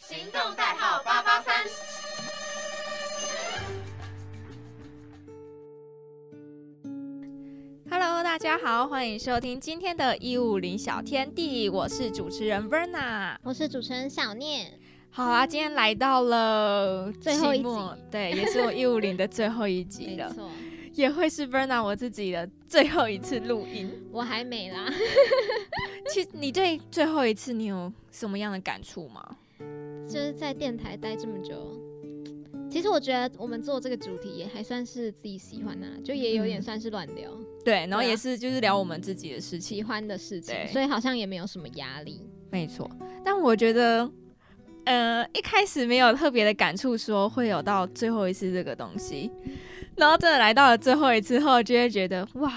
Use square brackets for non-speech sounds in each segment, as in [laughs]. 行动代号八八三。 Hello，大家好，欢迎收听今天的《一五零小天地》，我是主持人 Verna。我是主持人小念，好啊，今天来到了最后一期末，对，也是我一五零的最后一集没了，错，也会是 Verna 我自己的最后一次录音。我还没啦。 [laughs] [laughs] 其实你对最后一次你有什么样的感触吗？就是在电台待这么久，其实我觉得我们做这个主题也还算是自己喜欢呐、就也有点嗯算是乱聊、对，然后对啊也是就是聊我们自己的事情喜，欢的事情对，所以好像也没有什么压力。没错。但我觉得，呃，一开始没有特别的感触，说会有到最后一次这个东西，然后真的来到了最后一次后，就会觉得哇，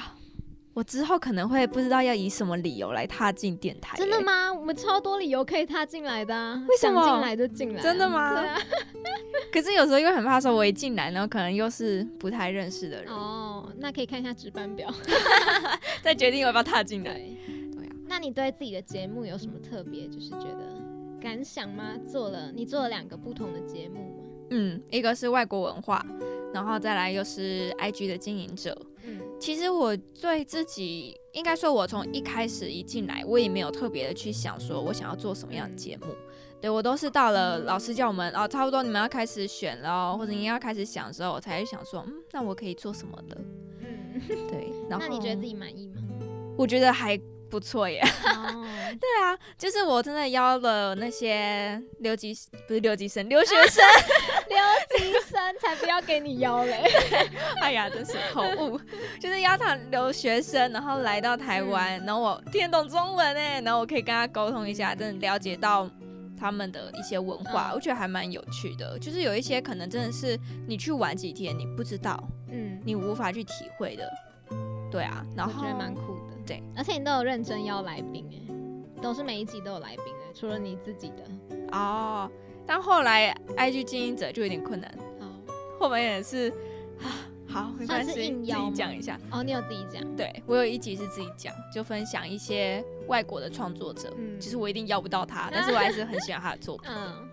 我之后可能会不知道要以什么理由来踏进电台、真的？吗？我们超多理由可以踏进来的、啊，哎为什么想进来就进来啊、真的吗对啊。可是有时候又很怕说，我一进来，然后可能又是不太认识的人， [laughs] 哦，那可以看一下值班表。再决定要不要踏进来。对， [laughs] 对啊。那你对自己的节目有什么特别，就是觉得感想吗？做了，你做了两个不同的节目吗？嗯，一个是外国文化，然后再来又是 IG 的经营者。嗯其实我对自己，应该说，我从一开始一进来，我也没有特别的去想说我想要做什么样的节目。对我都是到了老师叫我们哦，差不多你们要开始选了哦，或者你要开始想的时候，我才想说，嗯，那我可以做什么的？嗯，对，然后嗯那你觉得自己满意吗？我觉得还不错耶。 [laughs] 哦，对啊，就是我真的邀了那些留级不是留级生，留学生。留级生才不要给你邀嘞。 [laughs] 哎呀，真是口 [laughs] 误，就是邀他留学生，然后来到台湾，嗯然后我听得懂中文哎，然后我可以跟他沟通一下，真的了解到他们的一些文化，嗯我觉得还蛮有趣的。就是有一些可能真的是你去玩几天，你不知道，嗯，你无法去体会的。对啊，然我后觉得蛮酷的。对，而且你都有认真邀来宾哎，都是每一集都有来宾哎，除了你自己的。哦，但后来 IG 经营者就有点困难，哦，后面也是啊，好没关算系，是硬自邀己吗讲一下。哦，你有自己讲。对我有一集是自己讲，就分享一些外国的创作者。嗯其实我一定要不到他，但是我还是很喜欢他的作 [laughs] 品。嗯嗯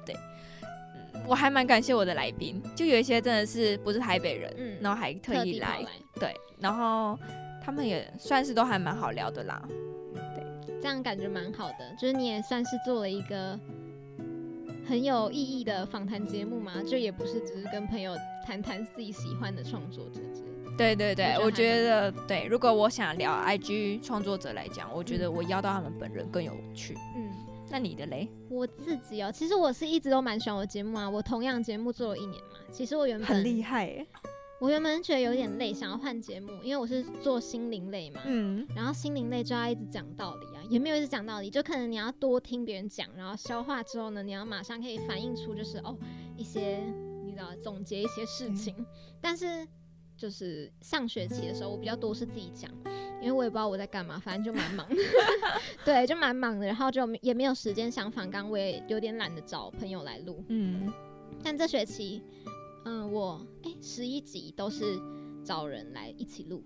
我还蛮感谢我的来宾，就有一些真的是不是台北人，嗯，然后还特意地跑来，对，然后他们也算是都还蛮好聊的啦。这样感觉蛮好的，就是你也算是做了一个很有意义的访谈节目嘛，就也不是只是跟朋友谈谈自己喜欢的创作者之类的。对对对，我我觉觉得对，如果我想聊 IG 创作者来讲，我觉得我邀到他们本人更有趣。嗯，那你的嘞？我自己哦，其实我是一直都蛮喜欢我节目啊，我同样节目做了一年嘛，其实我原本害耶。我原本觉得有点累，想要换节目，因为我是做心灵类嘛。嗯，然后心灵类就要一直讲道理啊，也没有一直讲道理，就可能你要多听别人讲，然后消化之后呢，你要马上可以反映出就是哦一些你知道总结一些事情。但是就是上学期的时候，我比较多是自己讲，因为我也不知道我在干嘛，反正就蛮忙的， [laughs] 对，就蛮忙的。然后就没也没有时间想反纲，我也有点懒得找朋友来录。嗯，但这学期，嗯，我哎十一集都是找人来一起录，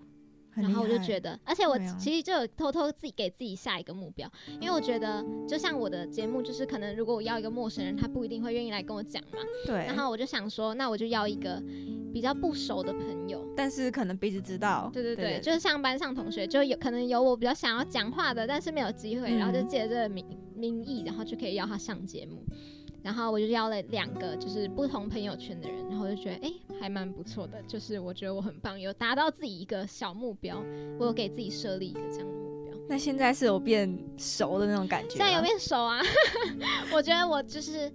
然后我就觉得，得，而且我对啊其实就有偷偷自己给自己下一个目标，因为我觉得就像我的节目，就是可能如果我要一个陌生人，他不一定会愿意来跟我讲嘛，对，然后我就想说，那我就要一个比较不熟的朋友。但是可能彼此知道，对对对，就是像班上同学，就有可能有我比较想要讲话的，但是没有机会，嗯然后就借这个名名义，然后就可以邀他上节目。然后我就邀了两个就是不同朋友圈的人，然后我就觉得哎、诶还蛮不错的，就是我觉得我很棒，有达到自己一个小目标，我有给自己设立一个这样的目标，那现在是有变熟的那种感觉现吗，在有变熟啊。 [laughs] 我觉得我就是，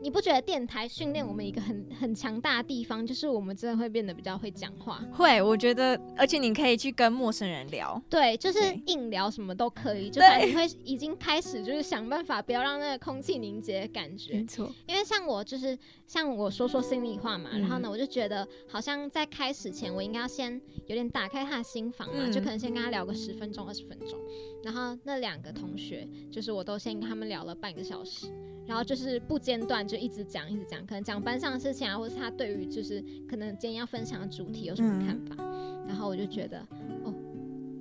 你不觉得电台训练我们一个很很强大的地方，就是我们真的会变得比较会讲话，会，我觉得，而且你可以去跟陌生人聊，对，就是对硬聊什么都可以，就对反正你会已经开始就是想办法不要让那个空气凝结的感觉，错，因为像我就是像我说说心里话嘛，然后呢嗯我就觉得好像在开始前我应该要先有点打开他的心房嘛，就嗯可能先跟他聊个十分钟二十分钟，然后那两个同学就是我都先跟他们聊了半个小时。然后就是不间断，就一直讲，一直讲，可能讲班上的事情啊，或是他对于就是可能今天要分享的主题有什么嗯看法，然后我就觉得，哦，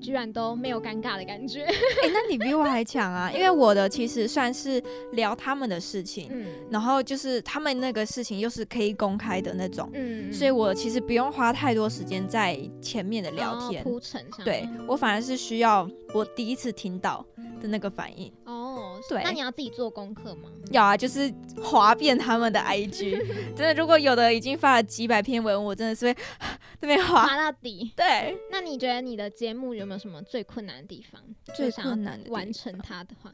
居然都没有尴尬的感觉。哎、那你比我还强 [laughs] 啊，因为我的其实算是聊他们的事情，嗯然后就是他们那个事情又是可以公开的那种，嗯所以我其实不用花太多时间在前面的聊哦天。铺陈上，对我反而是需要我第一次听到的那个反应。哦，对那你要自己做功课吗？要啊，就是划遍他们的 [laughs] IG，真的，如果有的已经发了几百篇文，我真的是会 [sighs] 那边划。 [laughs] 滑到底。对，那你觉得你的节目有没有什么最困难的地方？最就想要困难的完地成它的话，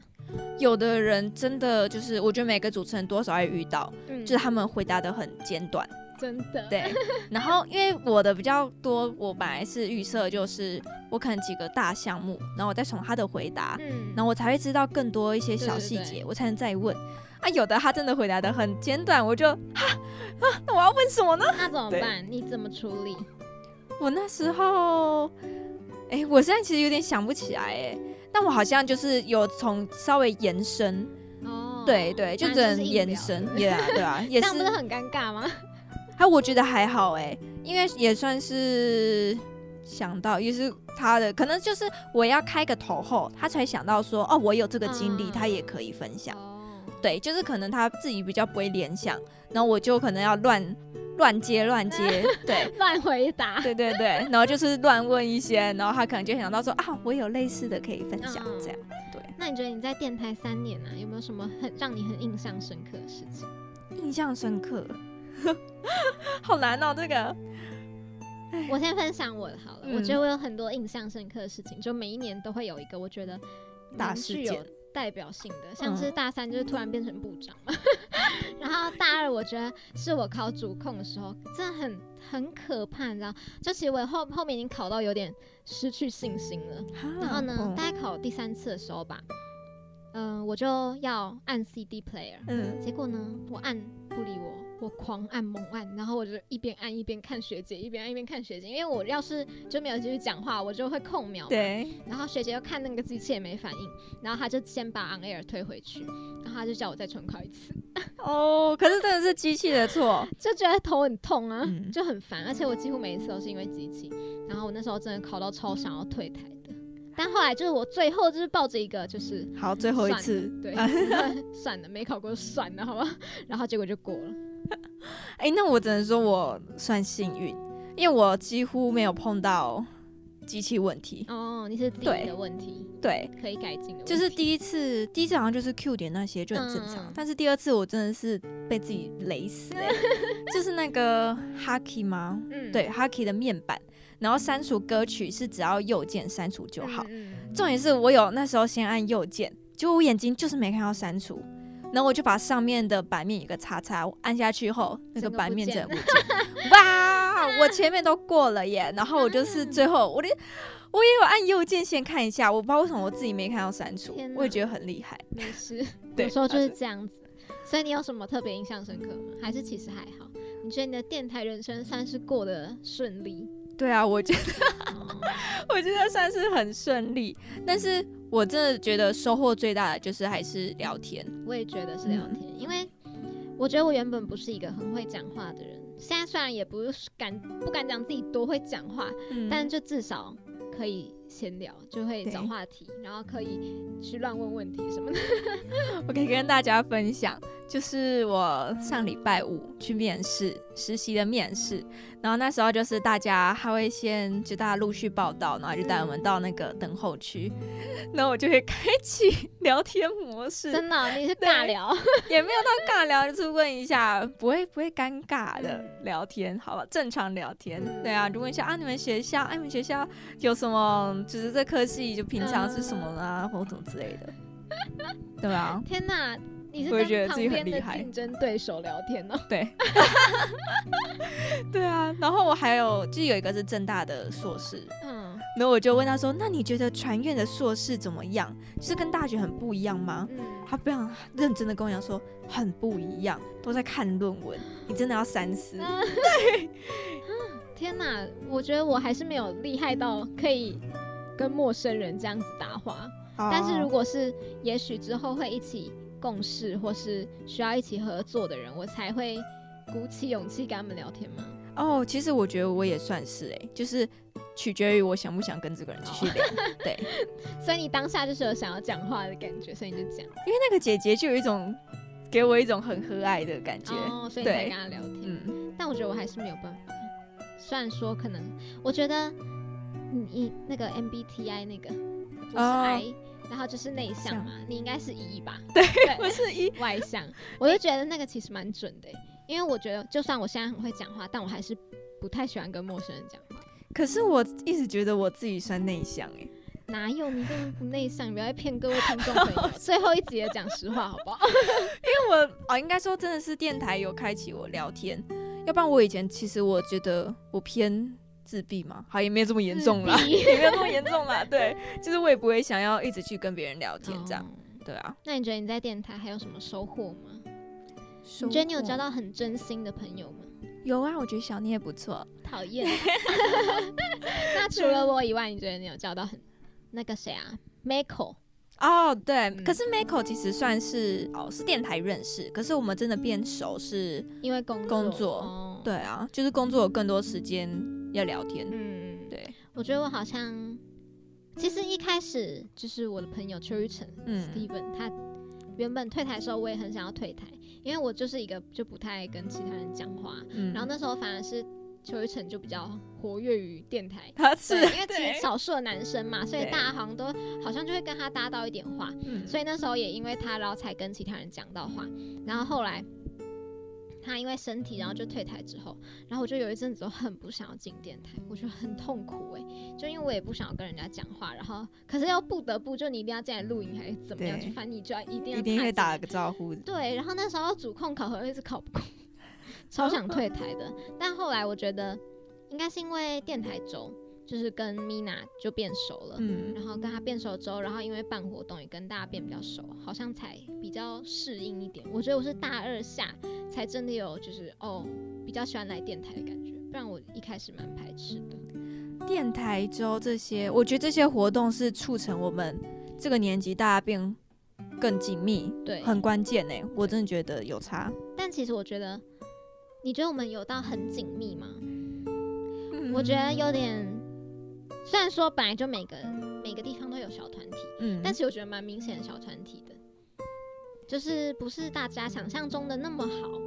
有的人真的就是，我觉得每个主持人多少会遇到，嗯就是他们回答的很简短。真的，对，然后因为我的比较多，我本来是预设就是我可能几个大项目，然后我再从他的回答，嗯然后我才会知道更多一些小细对对节，我才能再问。啊，有的他真的回答的很简短，我就哈啊，那我要问什么呢？那怎么对办？你怎么处理？我那时候，哎、我现在其实有点想不起来哎，但我好像就是有从稍微延伸，哦，对对，就反只正能是硬延聊伸对，不对也、yeah, 对 [laughs] 啊，也这是样不是很尴尬吗？哎，我觉得还好哎、因为嗯也算是想到，也是他的，可能就是我要开个头后，他才想到说，哦，我有这个经历，嗯他也可以分享。哦， [laughs] 对，就是可能他自己比较不会联想，然后我就可能要乱乱接乱 [laughs] 接，对。乱回答，对对对，然后就是乱问一些，然后他可能就想到说啊，我有类似的可以分享，嗯这样。那你觉得你在电台三年啊，有没有什么很让你很印象深刻的事情？印象深刻， [laughs] 好难哦，这个我先分享我的好了，嗯我觉得我有很多印象深刻的事情，就每一年都会有一个我觉得大蛮事具件有代表性的，像嗯是大三就是突然变成部长嘛， [laughs] 然后大二我觉得是我考主控的时候，真的很很可怕，你知道？就其实我后后面已经考到有点失去信心了，嗯然后呢，大概考第三次的时候吧，嗯、我就要按 CD player，嗯，结果呢，我按不理我，我狂按猛按，然后我就一边按一边看学姐，一边按一边看学姐，因为我要是就没有继续讲话，我就会空秒。。对，然后学姐又看那个机器也没反应，然后她就先把 on air 推回去，然后她就叫我再重考一次，哦，可是真的是机器的错，就觉得头很痛啊，嗯就很烦。而且我几乎每一次都是因为机器，然后我那时候真的考到超想要退台的，但后来就是我最后就是抱着一个就是好，最后一算了次， [laughs] 对哎、算了没考过就算了，好吧，然后结果就过了。那我只能说我算幸运，因为我几乎没有碰到机器问题。哦，你是自己对的问题。对，可以改进的问题，就是第一次，第一次好像就是 Q 点那些就很正常，嗯但是第二次我真的是被自己雷死、欸，就是那个 Haki 吗？嗯对，Haki 的面板，然后删除歌曲是只要右键删除就好。嗯重点是我有那时候先按右键，结果我眼睛就是没看到删除，然后我就把上面的版面有个叉叉，我按下去后，那个整个版不面见整个不 [laughs] 见，哇！我前面都过了耶，然后我就是啊最后我连我也有按右键先看一下，我不知道为什么我自己没看到删除天，哪我也觉得很厉害。 [laughs] 没事，对有时候就反是正这样子。所以你有什么特别印象深刻吗？还是其实还好？你觉得你的电台人生算是过得顺利？对啊，我觉得 [laughs] 哦我觉得算是很顺利，但是我真的觉得收获最大的就是还是聊天。我也觉得是聊天，嗯因为我觉得我原本不是一个很会讲话的人，现在虽然也不是敢不敢讲自己多会讲话，嗯但就至少可以闲聊，就会找对话题，然后可以去乱问问题什么的。我可以跟大家分享，就是我上礼拜五去面试实习的面试，然后那时候就是大家还会先就大家陆续报道，然后就带我们到那个等候区，然后我就会开启 [laughs] 聊天模式，真的哦、你是尬对聊。也没有到尬聊，就是问一下，不会不会尴尬的嗯聊天，好吧，正常聊天，对啊，就问一下啊，你们学校，啊，你们学校有什么，就是这科系就平常是什么嗯啊，或者什么之类的，对啊，天呐，你是我也觉跟得自己旁很边厉的害竞争对手聊天哦。对，对啊。然后我还有，就有一个是正大的硕士，嗯然后我就问他说：“那你觉得传院的硕士怎么样？就是跟大学很不一样吗？”嗯，他非常认真的跟我讲说：“很不一样，都在看论文，你真的要三思。啊 [laughs] 天呐，我觉得我还是没有厉害到可以跟陌生人这样子搭话，嗯但是如果果是也许之后会一起共事或是需要一起合作的人，我才会鼓起勇气跟他们聊天嘛。哦，其实我觉得我也算是哎、就是取决于我想不想跟这个人继续聊。哦对，所以你当下就是有想要讲话的感觉，所以你就讲。因为那个姐姐就有一种给我一种很和蔼的感觉。哦，所以你才对跟他聊天。嗯，但我觉得我还是没有办法。虽然说可能，我觉得你你那个 MBTI 那个不是哦 I，、然后就是内向嘛，你应该是 E 吧？ [laughs] 我是一外向，我就觉得那个其实蛮准的欸、因为我觉得就算我现在很会讲话，但我还是不太喜欢跟陌生人讲话。可是我一直觉得我自己算内向哎、哪有你根本不内向？你不要再骗各位听众朋 [laughs] 友。最后一集也讲实话好不好？因为我哦，应该说真的是电台有开启我聊天，要不然我以前其实我觉得我偏自闭嘛，好也没有这么严重啦，自闭 [laughs] 也没有这么严重啦，对，就是我也不会想要一直去跟别人聊天这样，哦对啊。那你觉得你在电台还有什么收获吗？你你觉得你有交到很真心的朋友吗？有啊，我觉得小聂不错，[laughs] 讨厌。那除了我以外，你觉得你有交到很那个谁啊，Mako？哦，对，嗯可是 Miko 其实算是哦是电台认识，可是我们真的变熟是，因为工作工作哦、，对啊，就是工作有更多时间要聊天，嗯，对，我觉得我好像，其实一开始就是我的朋友邱玉成、嗯 Steven，他原本退台的时候，我也很想要退台，因为我就是一个就不太跟其他人讲话，嗯，然后那时候反而是邱玉成就比较活跃于电台。他对，是因为其实对少数的男生嘛，所以对大家好像都好像就会跟他搭到一点话，嗯所以那时候也因为他，然后才跟其他人讲到话。然后后来他因为身体，然后就退台之后，然后我就有一阵子都很不想要进电台，我觉得很痛苦诶、就因为我也不想要跟人家讲话，然后可是又不得不，就你一定要进来录影还是怎么样，对就反正你就要一定要一定会踏进打来个招呼，对，然后那时候主控考核一直考不过， [laughs] 超想退台的。但后来我觉得应该是因为电台周，就是跟 Mina 就变熟了。嗯，然后跟他变熟之后，然后因为办活动也跟大家变比较熟，好像才比较适应一点。我觉得我是大二下才真的有就是哦比较喜欢来电台的感觉，不然我一开始蛮排斥的。电台周这些，我觉得这些活动是促成我们这个年纪大家变更紧密，对，很关键呢、欸我真的觉得有差。但其实我觉得，你觉得我们有到很紧密吗？嗯我觉得有点，虽然说本来就每个每个地方都有小团体，嗯，但是我觉得蛮明显的小团体的，就是不是大家想象中的那么好。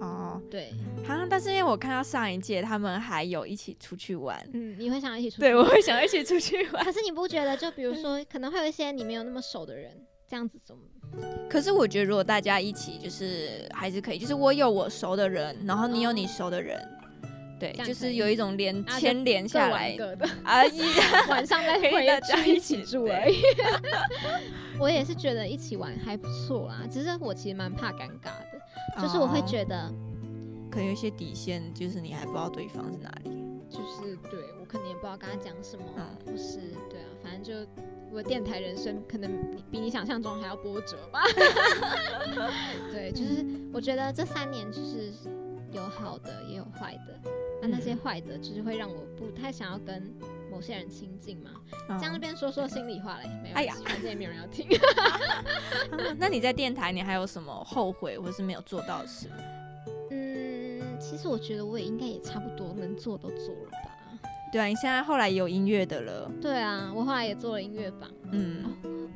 哦，对，好像但是因为我看到上一届他们还有一起出去 [laughs] 玩，嗯，你会想要一起出去对我会想一起出去 [laughs] 玩。可是你不觉得，就比如说，可能会有一些你没有那么熟的人，这样子怎么？ [laughs] 可是我觉得如果大家一起，就是还是可以，就是我有我熟的人，然后你有你熟的人，对，这样就可是以有一种连啊就牵连各下玩来各的，啊，一晚上再可以回大家去一起起住对而已。 [laughs] 我也是觉得一起玩还不错啦，只是我其实蛮怕尴尬的， [laughs] 就是我会哦觉得，可能有一些底线，就是你还不知道对方是哪里。就是对我可能也不知道跟他讲什么，嗯或是对啊，反正就我的电台人生可能比你想象中还要波折吧。 [laughs] 对，就是我觉得这三年就是有好的也有坏的，那、嗯那些坏的就是会让我不太想要跟某些人亲近嘛。嗯这样这边说说心里话嘞，没哎关呀系，反正也没有人要听。啊 [laughs] 那你在电台，你还有什么后悔或是没有做到的事？ [laughs] 嗯，其实我觉得我也应该也差不多能做都做了吧。对啊，你现在后来有音乐的了，对啊，我后来也做了音乐榜。嗯，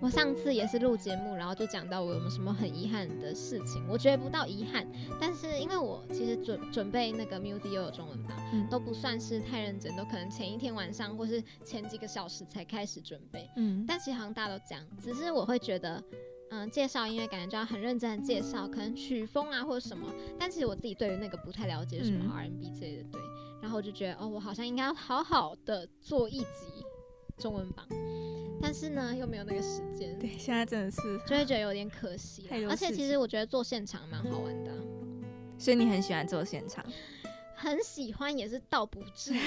我上次也是录节目，然后就讲到我有没有什么很遗憾的事情，我觉得不到遗憾，但是因为我其实准准备那个 Music 又有中文版，嗯都不算是太认真，都可能前一天晚上或是前几个小时才开始准备，嗯，但其实好像大家都这样，只是我会觉得。嗯，介绍音乐感觉就要很认真的介绍，可能曲风啊或者什么，但其实我自己对于那个不太了解，什么嗯 R&B 之类的，对。然后我就觉得，哦，我好像应该要好好的做一集中文榜，但是呢，又没有那个时间，对，现在真的是，就会觉得有点可惜啦太多。而且事其实我觉得做现场蛮好玩的啊、所以你很喜欢做现场，很喜欢也是倒不至 [laughs] 于，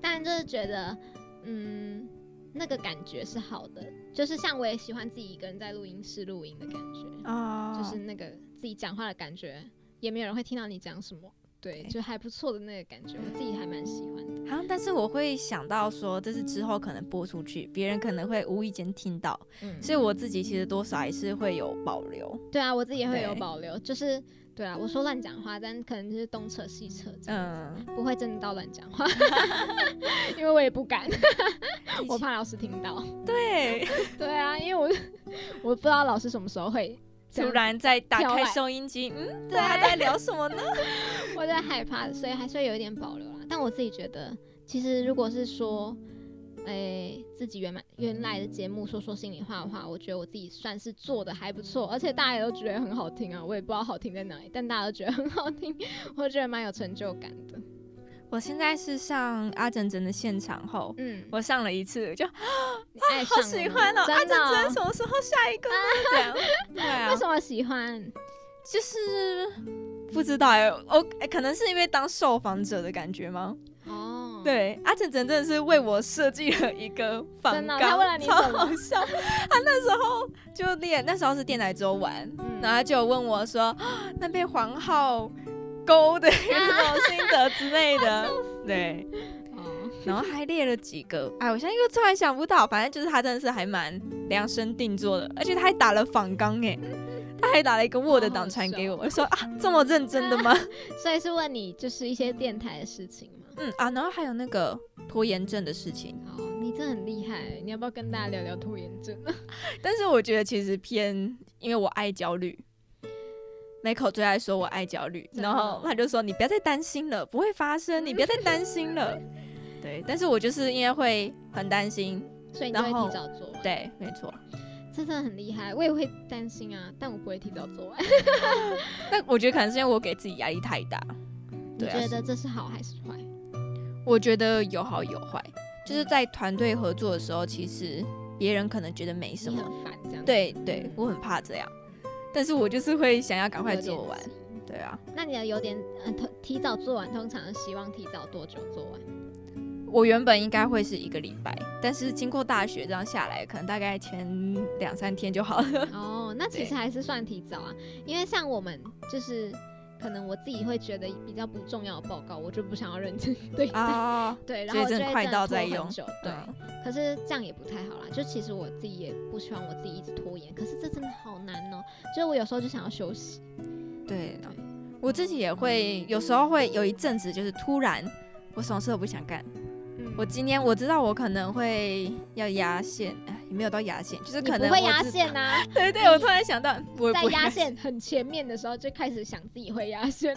但就是觉得，嗯，那个感觉是好的。就是像我也喜欢自己一个人在录音室录音的感觉，哦就是那个自己讲话的感觉，也没有人会听到你讲什么，对，对就还不错的那个感觉，我自己还蛮喜欢的。好、但是我会想到说，这是之后可能播出去，别人可能会无意间听到，嗯，所以我自己其实多少还是会有保留。对啊，我自己也会有对保留，就是对啊，我说乱讲话，但可能就是东扯西扯这样子，嗯，不会真的到乱讲 [laughs] 话，因为我也不敢，我怕老师听到。 [laughs] 对，对啊，因为我 [laughs] 我不知道老师什么时候会这突样然在打跳开来收音机，嗯，大家在聊什么呢？我在害怕，所以还是会有一点保留啦。但我自己觉得，其实如果是说，诶、自己原来原来的节目说说心里话的话，我觉得我自己算是做的还不错，而且大家也都觉得很好听啊。我也不知道好听在哪里，但大家都觉得很好听，我觉得蛮有成就感的。我现在是上阿珍珍的现场后，嗯，我上了一次，就你爱上 [laughs] 好了喜吗欢哦，阿真珍的哦、珍什么时候下一个呢？这 [laughs] 样，对啊为，什么喜欢？就是不知道哎、我可能是因为当受访者的感觉吗？哦，，对，阿珍珍真的是为我设计了一个访真的纲，哦她为了 [laughs] 你超什么好笑。她那时候就练，那时候是电台周玩，嗯然后她就问我说，啊那被黄浩勾啊的有什么心得之类 [laughs] 的，对，哦，然后还列了几个，哎，我现在又突然想不到，反正就是他真的是还蛮量身定做的，而且他还打了仿纲哎，他还打了一个 Word 档传给哦我，我说啊这么认真的吗？ [laughs] 所以是问你就是一些电台的事情吗？嗯啊，然后还有那个拖延症的事情，哦，你真的很厉害，你要不要跟大家聊聊拖延症？ [laughs] 但是我觉得其实偏，因为我爱焦虑。Michael 最爱说我爱焦虑，真的哦然后他就说你不要再担心了，不会发生，你不要再担心了。对，但是我就是因为会很担心，所以你就会然后提早做完。，对，没错。这真的很厉害，我也会担心啊，但我不会提早做完。但我觉得可能是因为我给自己压力太大，你对啊觉得这是好还是坏？我觉得有好有坏，就是在团队合作的时候，其实别人可能觉得没你什很么，烦这样？，对对，我很怕这样，但是我就是会想要赶快做完，。对啊，那你的有点呃，通提早做完，通常是希望提早多久做完？我原本应该会是一个礼拜，但是经过大学这样下来，可能大概前两三天就好了。 [laughs] 哦，那其实还是算提早啊，因为像我们就是可能我自己会觉得比较不重要的报告，我就不想要认真对待。啊，对，然所后以我就真会的快真的到拖再很用久对，嗯可是这样也不太好啦。就其实我自己也不希望我自己一直拖延，可是这真的好难哦、就是我有时候就想要休息，对对我自己也会有时候会有一阵子，就是突然我什么事都不想干，嗯我今天我知道我可能会要压线，哎，也没有到压线，就是你可能不会我压自线 [laughs] 呐、对对，我突然想到，我在不会压，线很前面的时候就开始想自己会压线，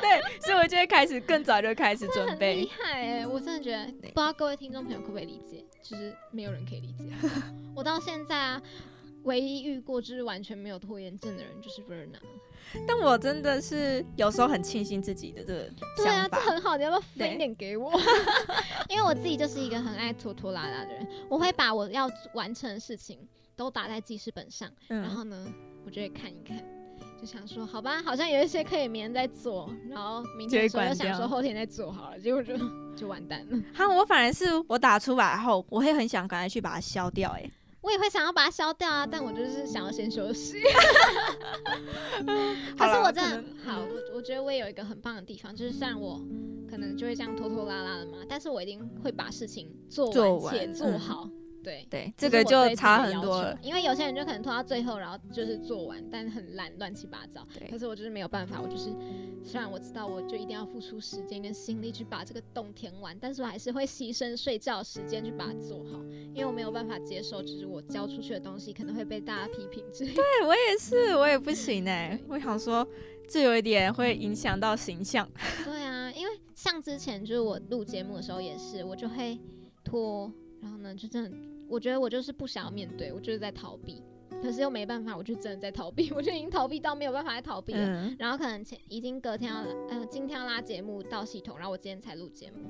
对，所以我就会开始更早就开始 [laughs] 准很厉备。害哎、我真的觉得，不知道各位听众朋友可不可以理解，就是没有人可以理解。 [laughs] 我到现在啊，唯一遇过就是完全没有拖延症的人就是 Verna。但我真的是有时候很庆幸自己的这个对啊想，这法，很好，你要不要分对一点给我？ [laughs] 因为我自己就是一个很爱拖拖拉拉的人，我会把我要完成的事情都打在记事本上，然嗯，后呢，我就会看一看，就想说，好吧，好像有一些可以明天再做，然后明天的时候就会关又想掉说后天再做好了，结果就就完蛋 [laughs] 了。哈，我反而是我打出来后，我会很想赶快去把它消掉、欸，我也会想要把它消掉啊，但我就是想要先休息。哎，可是我这真的好，我我觉得我也有一个很棒的地方，就是虽然我可能就会这样拖拖拉拉的嘛，但是我一定会把事情做做完完且做嗯好。对，对这是个我对自就己差的很要多求了，因为有些人就可能拖到最后，然后就是做完，但很烂，乱七八糟。对可是我就是没有办法，我就是虽然我知道我就一定要付出时间跟心力去把这个洞填完，但是我还是会牺牲睡觉时间去把它做好，因为我没有办法接受，就是我交出去的东西可能会被大家批评之类的。对我也嗯是，我也不行哎、我想说这有一点会影响到形象，对啊，因为像之前就是我录节目的时候也是，我就会拖，然后呢就真的，我觉得我就是不想要面对，我就是在逃避，可是又没办法，我就真的在逃避， [laughs] 我就已经逃避到没有办法再逃避了。嗯，然后可能前已经隔天要拉，呃，今天要拉节目到系统，然后我今天才录 [gasps] 节目，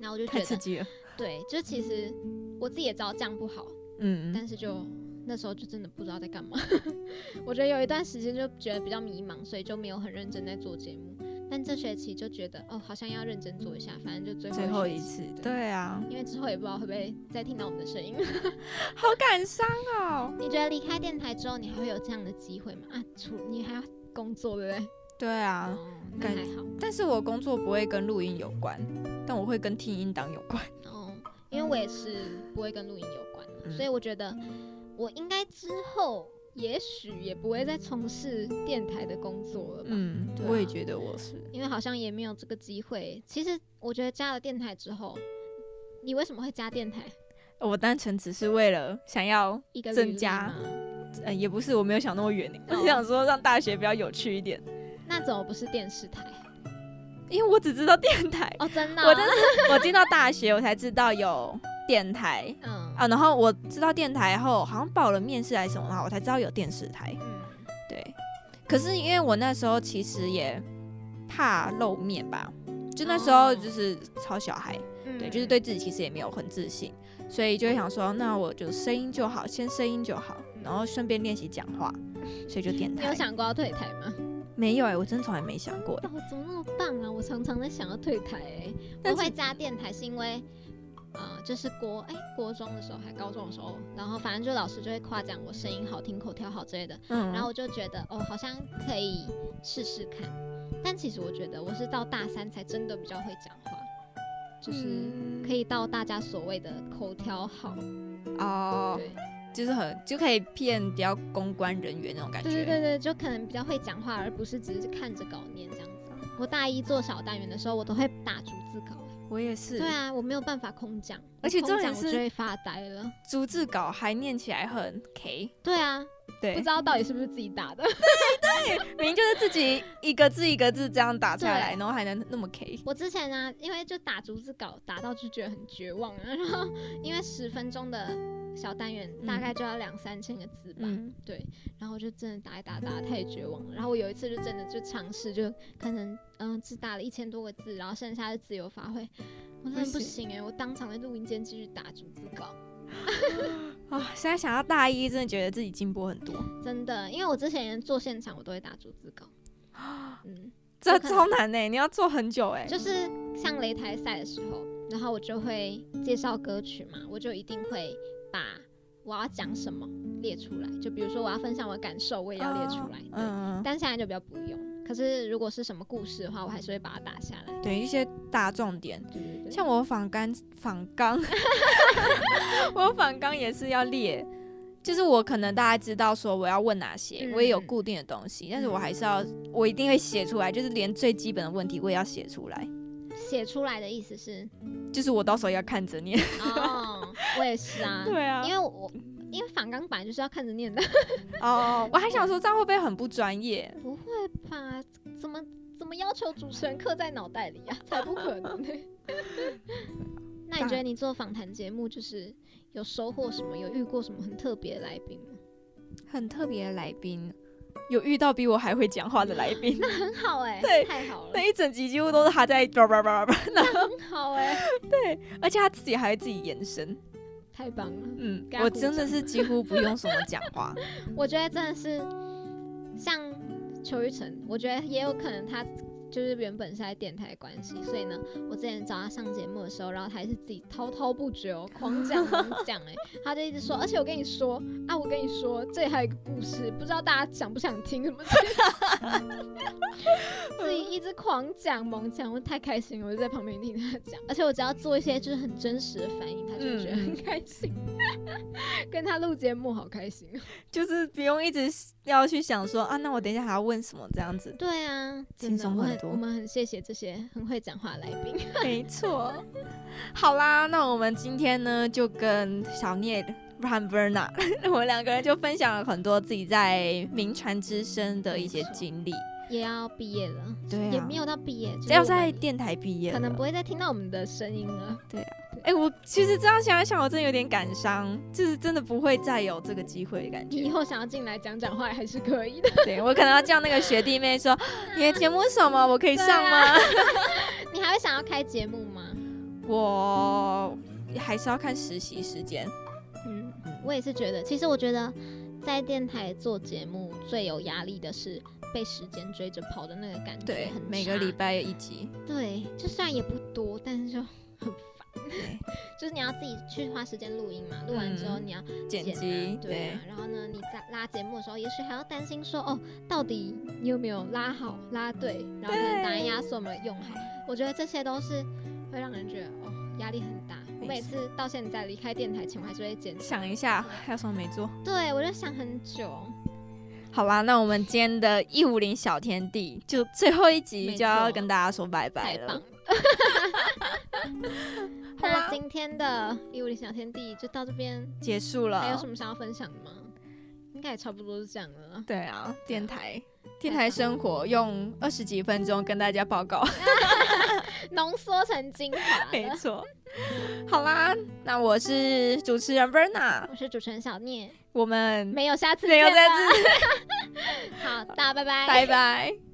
然后我就觉太刺得，激了，对，就其实我自己也知道这样不好，嗯，但是就那时候就真的不知道在干嘛。 [laughs] 我觉得有一段时间就觉得比较迷茫，所以就没有很认真在做节目。但这学期就觉得，哦，好像要认真做一下，反正就最后最后学一期次，，对啊，因为之后也不知道会不会再听到我们的声音。 [laughs] 好感伤哦。你觉得离开电台之后，你还会有这样的机会吗？啊，除你还要工作对不对？对啊，哦，那感还好但是我工作不会跟录音有关，但我会跟听音档有关。哦，因为我也是不会跟录音有关的，嗯所以我觉得我应该之后也许也不会再从事电台的工作了吧。 [laughs] 嗯，对啊我也觉得我是。因为好像也没有这个机会。其实我觉得加了电台之后，你为什么会加电台？我单纯只是为了想要，一个增加履历吗呃，也不是我没有想那么远，我哦是想说让大学比较有趣一点，那怎么不是电视台？因为我只知道电台，哦，真的、我真是 [laughs] 我进到大学我才知道有电台嗯啊，然后我知道电台后好像报了面试还是什么，然后我才知道有电视台。嗯对，可是因为我那时候其实也怕露面吧，就那时候哦就是超小孩，嗯对，就是对自己其实也没有很自信，所以就会想说，那我就声音就好，先声音就好，然后顺便练习讲话，所以就电你台。有想过要退台吗？没有哎、我真的从来没想过欸、哇，我怎么那么棒啊！我常常在想要退台、欸，但我是会加电台是因为，呃，就是国哎、国中的时候还高中的时候，然后反正就老师就会夸奖我声音好听、口条好之类的，嗯，然后我就觉得哦，好像可以试试看。但其实我觉得我是到大三才真的比较会讲话，就是嗯可以到大家所谓的口条好，哦，对就是很就可以骗比较公关人员那种感觉。对对对对，就可能比较会讲话，而不是只是看着稿念这样子。我大一做小单元的时候，我都会打逐字稿。我也是。对啊，我没有办法空讲，而且空重点讲我就是会发呆了。逐字稿还念起来很 K，对啊，不对知，道到底是不是自己打的。明明就是自己一个字一个字这样打下来，对然后还能那么 K。我之前啊，因为就打逐字稿打到就觉得很绝望啊，然后因为十分钟的小单元嗯大概就要两三千个字吧，嗯，对，然后我就真的打一打打得太绝望了。然后我有一次就真的就尝试，就可能嗯、只打了一千多个字，然后剩下的自由发挥，我真的不不行行哎、我当场在录音间继续打逐字稿。啊、现在想到大一，真的觉得自己进步很多，真的，因为我之前做现场，我都会打逐字稿。嗯，这可能超难呢、欸你要做很久哎、就是像擂台赛的时候，然后我就会介绍歌曲嘛，我就一定会把我要讲什么列出来。就比如说我要分享我的感受，我也要列出来。对，啊嗯，但现在就比较不用。可是如果是什么故事的话，我还是会把它打下来。对一些大重点，对对对，像我仿纲仿纲， [laughs] 我仿纲也是要列，就是我可能大概知道说我要问哪些，嗯我也有固定的东西，但是我还是要我一定会写出来，就是连最基本的问题我也要写出来，写出来的意思是，就是我到时候要看着念。哦，我也是啊， [laughs] 对啊因为我因为反纲本来就是要看着念的，哦，我还想说这样会不会很不专业？不会吧？怎么怎么要求主持人刻在脑袋里啊？才不可能、呢。那你觉得你做访谈节目就是有收获什么？有遇过什么很特别的来宾吗？很特别的来宾， [laughs] 有遇到比我还会讲话的来 [laughs] 宾，很好哎、对太好了那，一整集几乎都是他在叭叭叭叭叭，很好哎、而且他自己还会自己延伸。太棒了！嗯给，他我鼓真的掌是几乎不用什么讲 [laughs] 话。我觉得真的是像邱玉成，我觉得也有可能他。就是原本是在电台的关系，所以呢，我之前找他上节目的时候，然后他也是自己滔滔不绝哦，狂讲狂讲哎、他就一直说，而且我跟你说啊，我跟你说，这里还有一个故事，不知道大家想不想听什么之类的自己一直狂讲猛讲，我太开心了，我就在旁边听他讲，而且我只要做一些就是很真实的反应，他就会觉得很开心， [laughs] 跟他录节目好开心哦。。[laughs] 就是不用一直要去想说啊，那我等一下还要问什么这样子对啊，轻真的松我很多很我们很谢谢这些很会讲话的来宾。没错。 [laughs] 好啦，那我们今天呢就跟小聂。和 Verna，我 [laughs] 们两个人就分享了很多自己在名传之声的一些没错经历，也要毕业了， [laughs] 对啊，也没有到毕业，就是要我们在电台毕业了，可能不会再听到我们的声音了。 [laughs] 哎、我其实这样想一想，我真的有点感伤，就是真的不会再有这个机会的感你以觉。后想要进来讲讲话也还是可以的，对我可能要叫那个学弟妹说，你的节目是什么？我可以上啊吗？ [laughs] 你还会想要开节目吗？我还是要看实习时间。嗯嗯，我也是觉得，其实我觉得在电台做节目最有压力的是被时间追着跑的那个感觉，对很，每个差礼拜一集。对，就虽然也不多，但是就很烦。 [laughs] 就是你要自己去花时间录音嘛，录完之后嗯你要剪啊辑对啊对。然后呢，你拉拉节目的时候，也许还要担心说，哦，到底你有没有拉好拉对，然后可能打对音压缩有没有用好？我觉得这些都是会让人觉得哦压力很大。我没每次到现在离开电台前，我还是会检查，想一下还有什么没做。对我就想很久。好啦，那我们今天的一五零小天地就最后一集没就要错跟大家说拜拜太棒了了。。好啊吧那今天的一五零小天地就到这边，结束了。还有什么想要分享的吗？应该也差不多是这样了。对啊，电台电台生活用二十几分钟跟大家报 [laughs] 告，浓缩成精华 [laughs] 没了。错。好啦，那我是主持人 Verna，我是主持人小聂，我们没有下次没有见 [laughs] 再了次，好，大家拜拜，拜拜。